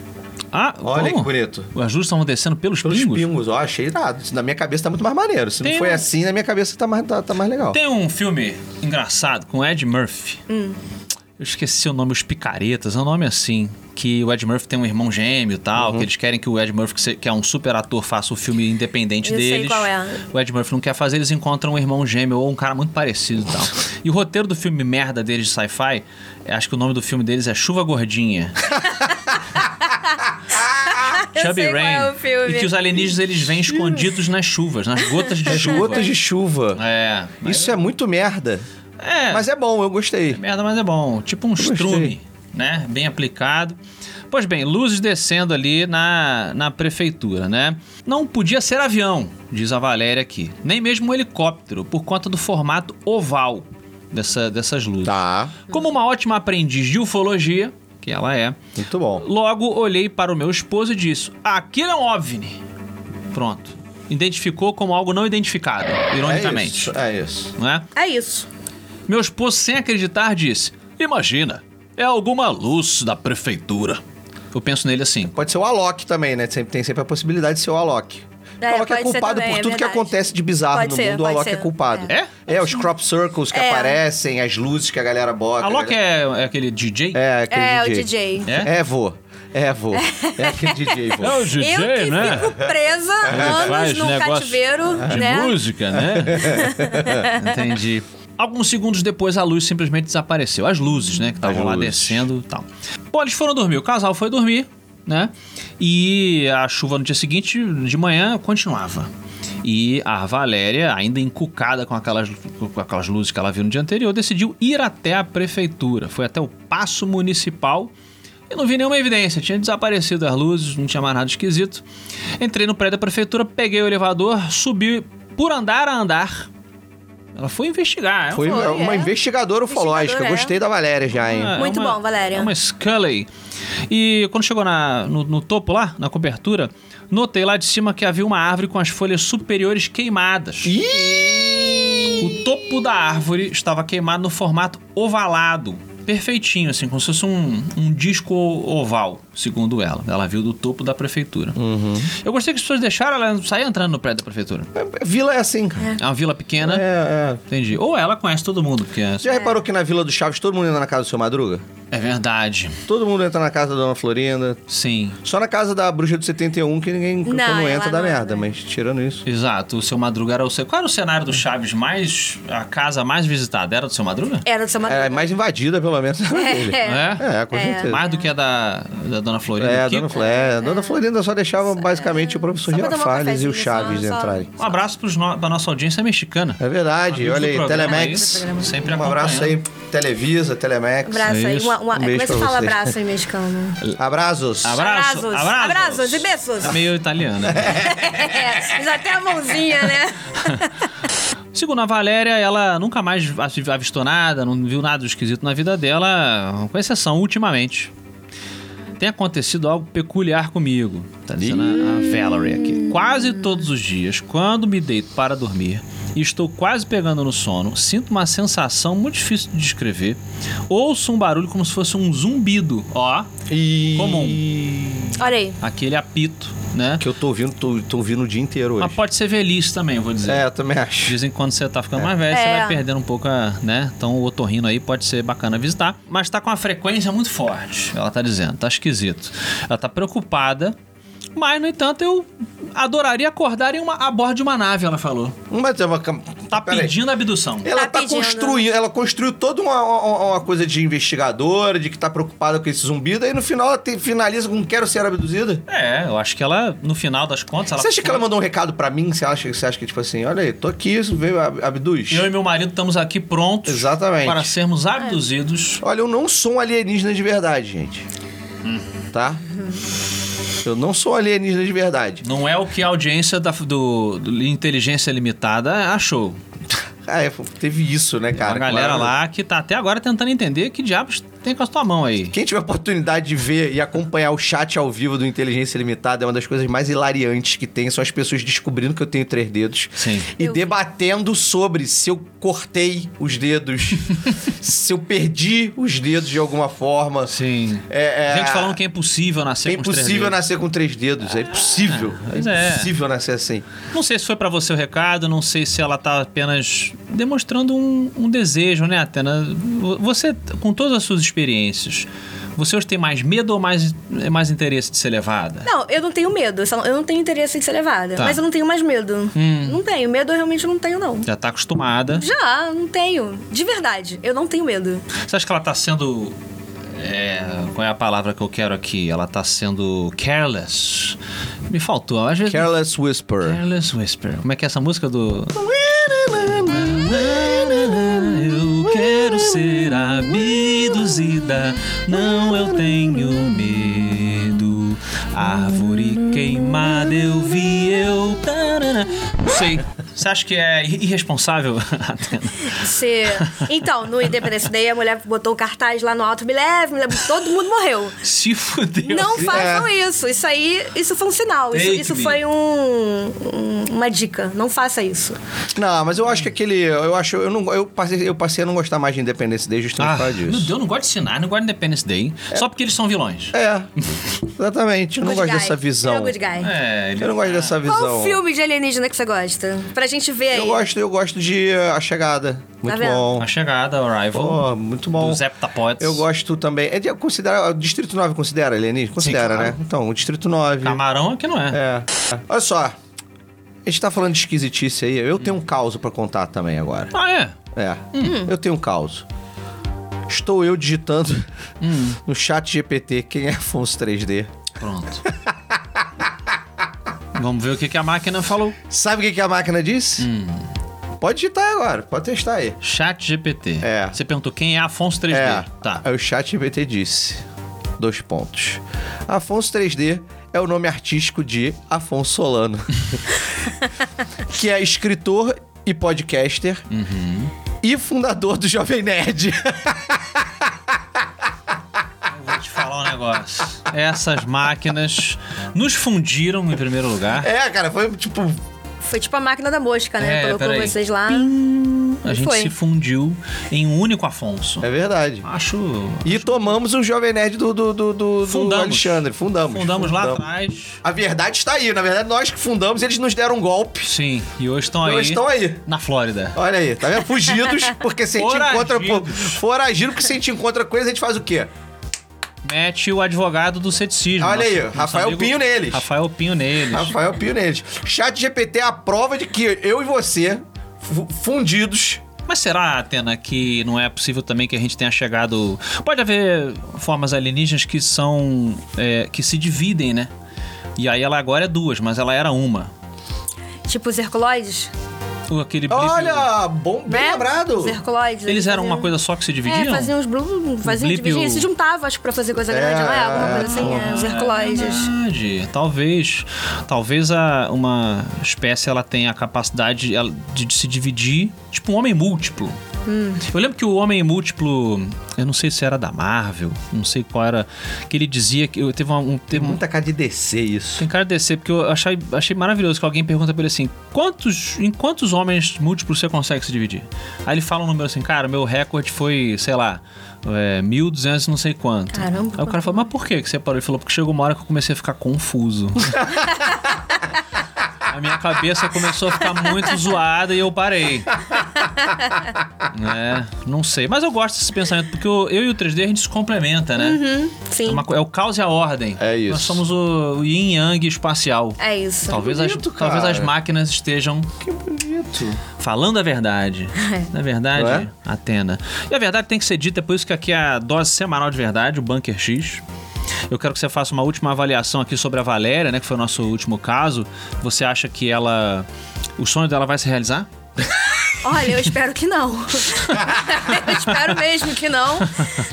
S1: Ah,
S2: Olha
S1: como?
S2: que bonito.
S1: As luzes estavam descendo pelos,
S2: pingos? ó, achei irado. Isso Na minha cabeça tá muito mais maneiro. Se
S1: Tem
S2: não foi
S1: um-
S2: assim, na minha cabeça tá mais, tá, tá mais legal.
S1: Tem um filme engraçado com Ed Murphy.
S3: Hum.
S1: Eu esqueci o nome, Os Picaretas, é um nome assim. Que o Ed Murphy tem um irmão gêmeo e tal,
S2: Uhum.
S1: que eles querem que o Ed Murphy, que se- que é um super ator, faça o filme independente
S3: Eu sei
S1: deles.
S3: qual é.
S1: O Ed Murphy não quer fazer, eles encontram um irmão gêmeo ou um cara muito parecido e tal. E o roteiro do filme merda deles de sci-fi, é- acho que o nome do filme deles é Chuva Gordinha.
S3: Eu
S1: Chubby
S3: sei qual
S1: Rain.
S3: é o filme.
S1: E que os alienígenas eles vêm escondidos nas chuvas, nas gotas de
S2: As
S1: chuva.
S2: gotas de chuva.
S1: É.
S2: Isso é muito merda.
S1: É.
S2: Mas é bom, eu gostei.
S1: merda, mas é bom. Tipo um strume, né? Bem aplicado. Pois bem, luzes descendo ali na, na prefeitura, né? Não podia ser avião, diz a Valéria aqui. Nem mesmo um helicóptero, por conta do formato oval dessa, dessas luzes.
S2: Tá.
S1: Como uma ótima aprendiz de ufologia, que ela é.
S2: Muito bom.
S1: Logo olhei para o meu esposo e disse: Aquilo é um OVNI. Pronto. Identificou como algo não identificado, ironicamente.
S2: É isso.
S1: Não é?
S3: É isso.
S1: Meu esposo, sem acreditar, disse: Imagina, é alguma luz da prefeitura. Eu penso nele assim.
S2: Pode ser o Alok também, né? Sempre, tem sempre a possibilidade de ser o Alok.
S3: É,
S2: o Alok é
S3: pode ser
S2: culpado
S3: também,
S2: por
S3: é
S2: tudo que
S3: verdade.
S2: acontece de bizarro
S3: Pode
S2: no
S3: ser,
S2: mundo, o
S3: pode
S2: Alok é
S3: ser.
S2: culpado.
S1: É?
S2: É, os crop circles que
S3: É.
S2: aparecem, as luzes que a galera bota. a
S1: Alok
S2: galera-
S1: é, é aquele DJ?
S2: É, aquele
S3: É, o DJ.
S2: É? É, vô. É, vô. É aquele DJ, vô.
S1: É o DJ,
S3: Eu que
S1: né?
S3: fico presa
S1: É, faz
S3: anos num
S1: negócio
S3: cativeiro,
S1: de
S3: né?
S1: música, né? Entendi. Alguns segundos depois a luz simplesmente desapareceu. As luzes, né? Que estavam lá descendo e tal. Bom, eles foram dormir. O casal foi dormir, né? E a chuva no dia seguinte, de manhã, continuava. E a Valéria, ainda encucada com aquelas, com aquelas luzes que ela viu no dia anterior, decidiu ir até a prefeitura. Foi até o Paço Municipal eu não vi nenhuma evidência, tinha desaparecido as luzes, não tinha mais nada esquisito. Entrei no prédio da prefeitura, peguei o elevador, subi por andar a andar. Ela foi investigar. ela
S2: Foi
S1: falou,
S2: uma
S1: "É,
S2: investigadora ufológica.
S1: Investigadora, é.
S2: Gostei da Valéria já, hein?
S1: é
S3: Muito
S1: uma-
S3: bom, Valéria.
S1: É uma Scully. E quando chegou na- no, no topo lá, na cobertura, notei lá de cima que havia uma árvore com as folhas superiores queimadas. O topo da árvore estava queimado no formato ovalado. Perfeitinho, assim, como se fosse um, um disco oval, segundo ela. Ela viu do topo da prefeitura. Eu gostei que as pessoas deixaram ela sair entrando no prédio da prefeitura.
S2: Vila é assim, cara.
S1: É uma vila pequena.
S2: É, é.
S1: Entendi. Ou ela conhece todo mundo, porque é.
S2: Já reparou que na Vila do Chaves todo mundo entra na casa do seu Madruga?
S1: É verdade.
S2: Todo mundo entra na casa da Dona Florinda.
S1: Sim.
S2: Só na casa da Bruxa do 71 que ninguém,
S3: Não,
S2: quando
S3: ela
S2: entra, dá
S3: não
S2: merda. Mas tirando isso...
S1: Exato, o seu Madruga era o seu. Qual era o cenário do Chaves mais. a casa mais visitada? Era do seu Madruga?
S3: Era do seu Madruga.
S2: É mais invadida, pelo menos. dele. É, com certeza.
S1: Mais do que a da, da Dona Florinda.
S2: É, a
S1: do Kiko?
S2: dona, Flo- é, a dona Florinda só deixava basicamente o professor
S1: pra tomar um
S2: Girafales e o
S1: cafezinho,
S2: Chaves
S1: só- só-
S2: entrarem.
S1: Um abraço pros no, pra nossa audiência mexicana.
S2: É verdade,
S1: Amigos
S2: olha
S1: do
S2: aí,
S1: programa
S2: Telemex.
S1: aí, sempre
S2: um abraço aí,
S1: acompanhando.
S2: Televisa, Telemex.
S3: Abraço aí. Uma, uma,
S2: Um
S3: como é
S2: beijo
S3: que
S2: pra
S3: você fala
S2: vocês.
S3: abraço em mexicano?
S2: Abrazos.
S1: Abraço,
S3: Abrazos.
S1: abraços.
S3: Abrazos e beijos.
S1: É meio italiano.
S3: É, fiz até a mãozinha, né?
S1: Segundo a Valéria, ela nunca mais avi- avistou nada, não viu nada esquisito na vida dela, com exceção ultimamente. Tem acontecido algo peculiar comigo, tá dizendo a- a Valerie aqui. Quase todos os dias, quando me deito para dormir e estou quase pegando no sono, sinto uma sensação muito difícil de descrever. Ouço um barulho como se fosse um zumbido, ó. é Comum.
S3: Olha aí.
S1: Aquele apito, né?
S2: Que eu tô ouvindo, tô, tô ouvindo o dia inteiro hoje.
S1: Mas pode ser velhice também, eu vou dizer.
S2: É, eu também acho.
S1: Dizem que quando você tá ficando mais velho, você
S3: É.
S1: vai perdendo um pouco a, né? Então o otorrino aí pode ser bacana visitar. Mas tá com uma frequência muito forte, ela tá dizendo. Tá esquisito. Ela tá preocupada. Mas, no entanto, eu adoraria acordar em uma, a bordo de uma nave, ela falou.
S2: Mas é uma... cam-
S1: Tá
S2: Peraí.
S1: pedindo abdução.
S2: Ela tá,
S1: pedindo.
S2: construindo, ela construiu toda uma, uma- uma coisa de investigadora, de que tá preocupada com esse zumbido, aí no final ela te- finaliza com quero ser abduzida.
S1: É, eu acho que ela, no final das contas, ela.
S2: Você acha que ela mandou um recado pra mim? Você acha, você acha que, tipo assim, olha aí, tô aqui, isso veio ab- abduz?
S1: Eu e meu marido estamos aqui prontos
S2: Exatamente.
S1: para sermos abduzidos.
S2: Olha, eu não sou um alienígena de verdade, gente.
S1: Uhum.
S2: Tá? Eu não sou um alienígena de verdade.
S1: Não é o que a audiência da, do, do Inteligência Limitada achou.
S2: Ah, é, teve isso, né, cara?
S1: Uma galera
S2: Claro.
S1: lá que tá até agora tentando entender que diabos tem com a sua mão aí.
S2: Quem tiver oportunidade de ver e acompanhar o chat ao vivo do Inteligência Limitada é uma das coisas mais hilariantes que tem. São as pessoas descobrindo que eu tenho três dedos
S1: Sim.
S2: e debatendo sobre se eu cortei os dedos, se eu perdi os dedos de alguma forma.
S1: Sim.
S2: É, é,
S1: Gente falando que é impossível nascer
S2: é
S1: com os três
S2: impossível
S1: dedos.
S2: nascer com três dedos. É impossível.
S1: pois
S2: é
S1: é.
S2: impossível nascer assim.
S1: Não sei se foi pra você o recado, não sei se ela tá apenas demonstrando um, um desejo, né, Atena? Vo- Você, com todas as suas experiências, você hoje tem mais medo ou mais, é mais interesse de ser levada?
S3: Não, eu não tenho medo. eu só- Eu não tenho interesse em ser levada.
S1: Tá.
S3: Mas eu não tenho mais medo.
S1: Hum.
S3: Não tenho. Medo eu realmente não tenho, não.
S1: Já tá acostumada.
S3: Já, não tenho. De verdade, eu não tenho medo.
S1: Você acha que ela tá sendo. é, qual é a palavra que eu quero aqui? Ela tá sendo careless. Me faltou, às vezes.
S2: Careless Whisper.
S1: Careless Whisper. Como é que é essa música do. Eu quero ser abduzida, não eu tenho medo. Árvore queimada eu vi, eu. tarana. Não sei. Você acha que é ir- irresponsável, Atena?
S3: Se... Então, no Independence Day, a mulher botou o cartaz lá no alto, me leve, me leve. Todo mundo morreu.
S1: Se fudeu.
S3: Não façam isso. Isso aí, isso foi um sinal. Isso,
S2: É. Take
S3: isso
S2: me.
S3: foi um- um- uma dica. Não faça isso.
S2: Não, mas eu acho que aquele. Eu acho. Eu, não, eu, passei, eu passei a não gostar mais de Independence Day justamente por causa disso.
S1: Ah, Meu Deus, eu não gosto de sinais, não gosto de Independence Day. Só porque eles são vilões.
S2: É, exatamente. Eu não
S3: Good
S2: gosto
S3: guy.
S2: dessa visão.
S3: É o good guy.
S1: É,
S2: Eu não gosto dessa visão.
S3: Qual filme de alienígena que você gosta? Pra gente ver aí.
S2: Eu gosto, eu gosto de eh, A Chegada. Muito
S3: Tá vendo?
S2: bom.
S1: A Chegada, Arrival.
S2: Pô, muito bom.
S1: Do Zeptapods.
S2: Eu gosto também. É de considera, o Distrito 9 considera, Eleni? Considera,
S1: claro.
S2: né? Então, o Distrito 9.
S1: Camarão aqui não
S2: é. É. Olha só. A gente tá falando de esquisitice aí. Eu tenho um caos pra contar também agora.
S1: Ah, é?
S2: É.
S3: Hum.
S2: Eu tenho um caos. Estou eu digitando
S1: Hum.
S2: no chat GPT quem é Afonso 3D.
S1: Pronto. Vamos ver o que, que a máquina falou.
S2: Sabe o que, que a máquina disse? Pode digitar agora, Hum. pode testar aí.
S1: Chat GPT.
S2: É.
S1: Você perguntou quem é Afonso 3D.
S2: É. Tá. Aí o chat GPT disse: dois pontos. Afonso 3D é o nome artístico de Afonso Solano, que é escritor e podcaster e fundador do Jovem Nerd.
S1: Vou te falar um negócio. Essas máquinas nos fundiram em primeiro lugar.
S2: É, cara, foi tipo.
S3: Foi tipo a máquina da mosca, né?
S1: É,
S3: Colocou
S1: peraí.
S3: vocês lá.
S1: A gente
S3: foi.
S1: se fundiu em um único Afonso.
S2: É verdade.
S1: Acho.
S2: E tomamos o Jovem Nerd do, do, do, do- do
S1: Fundamos.
S2: Alexandre. Fundamos.
S1: Fundamos lá atrás.
S2: A verdade está aí. Na verdade, nós que fundamos, eles nos deram um golpe.
S1: Sim. E hoje estão
S2: E
S1: aí.
S2: hoje estão aí.
S1: Na Flórida.
S2: Olha aí, tá vendo? Fugidos, porque se a gente encontra. Foragido, porque se a gente encontra coisa, a gente faz o quê?
S1: Mete o advogado do ceticismo.
S2: Olha aí,
S1: nosso
S2: Rafael
S1: amigo
S2: Pinho neles.
S1: Rafael Pinho neles.
S2: Rafael Pio neles. Chat GPT é a prova de que eu e você, fu- fundidos.
S1: Mas será, Atena, que não é possível também que a gente tenha chegado. Pode haver formas alienígenas que são. é, que se dividem, né? E aí ela agora é duas, mas ela era uma.
S3: Tipo os Herculoides. Né?
S1: O- Aquele
S2: Olha, bom, bem lembrado.
S3: Os Herculoides.
S1: Eles eram uma
S3: faziam-
S1: coisa só que se
S3: É,
S1: dividiam?
S3: faziam os blue, faziam,
S1: Blip e
S3: dividiam,
S1: o-
S3: se juntavam, acho que pra fazer coisa
S1: É,
S3: grande, não é? Alguma coisa assim,
S1: porra.
S3: é, os herculoides.
S1: Verdade. Talvez, talvez a, uma espécie ela tenha a capacidade ela- de, de se dividir, tipo um homem múltiplo.
S3: Hum.
S1: Eu lembro que o Homem Múltiplo, eu não sei se era da Marvel, não sei qual era, que ele dizia que eu teve uma- um teve
S2: muita cara de DC isso.
S1: Tem cara de DC porque eu achei, achei maravilhoso que alguém pergunta pra ele assim: "Quantos em quantos homens múltiplos você consegue se dividir?" Aí ele fala um número assim: "Cara, meu recorde foi, sei lá, é, 1200 e não sei quanto".
S3: Caramba.
S1: Aí o cara falou: "Mas por que que você parou?" Ele falou: "Porque chegou uma hora que eu comecei a ficar confuso". A minha cabeça começou a ficar muito zoada e eu parei. É, não sei. Mas eu gosto desse pensamento, porque eu, eu e o 3D a gente se complementa, né?
S3: Uhum,
S1: É,
S3: sim.
S1: uma co- é o caos e a ordem. É isso. Nós somos o yin yang espacial.
S3: É isso.
S2: Tá.
S1: Talvez, as, talvez as máquinas estejam. Que
S2: bonito.
S1: Falando a verdade.
S3: É.
S1: Na verdade,
S2: Não é?
S1: Atena. E a verdade tem que ser dita, é por isso que aqui é a dose semanal de verdade, o Bunker X. Eu quero que você faça uma última avaliação aqui sobre a Valéria, né? Que foi o nosso último caso. Você acha que ela. O sonho dela vai se realizar?
S3: Olha, eu espero que não. eu espero mesmo que não,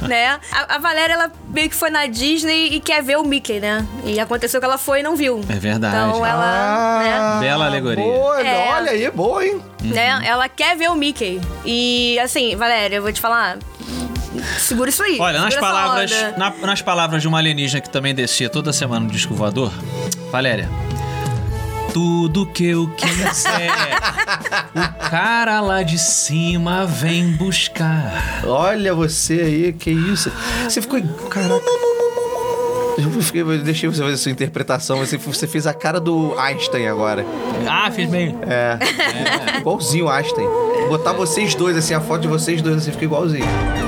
S3: né? A, a Valéria, ela meio que foi na Disney e quer ver o Mickey, né? E aconteceu que ela foi e não viu.
S1: É verdade.
S3: Então
S2: Ah.
S3: ela, né?
S1: Bela alegoria.
S2: Boa,
S3: É.
S2: olha aí, boa, hein?
S1: Uhum.
S3: né? Ela quer ver o Mickey. E, assim, Valéria, eu vou te falar... Segura isso aí.
S1: Olha, nas
S3: segura essa
S1: palavras,
S3: onda.
S1: na- nas palavras de uma alienígena que também descia toda semana no disco voador, Valéria. Tudo que eu quiser, o cara lá de cima vem buscar.
S2: Olha você aí, que isso. Você ficou. Caraca. Eu, fiquei, eu deixei você fazer a sua interpretação. Você, você fez a cara do Einstein agora.
S1: Ah, fiz bem.
S2: É. Igualzinho o Einstein. Botar vocês dois, assim, a foto de vocês dois, assim, fica igualzinho.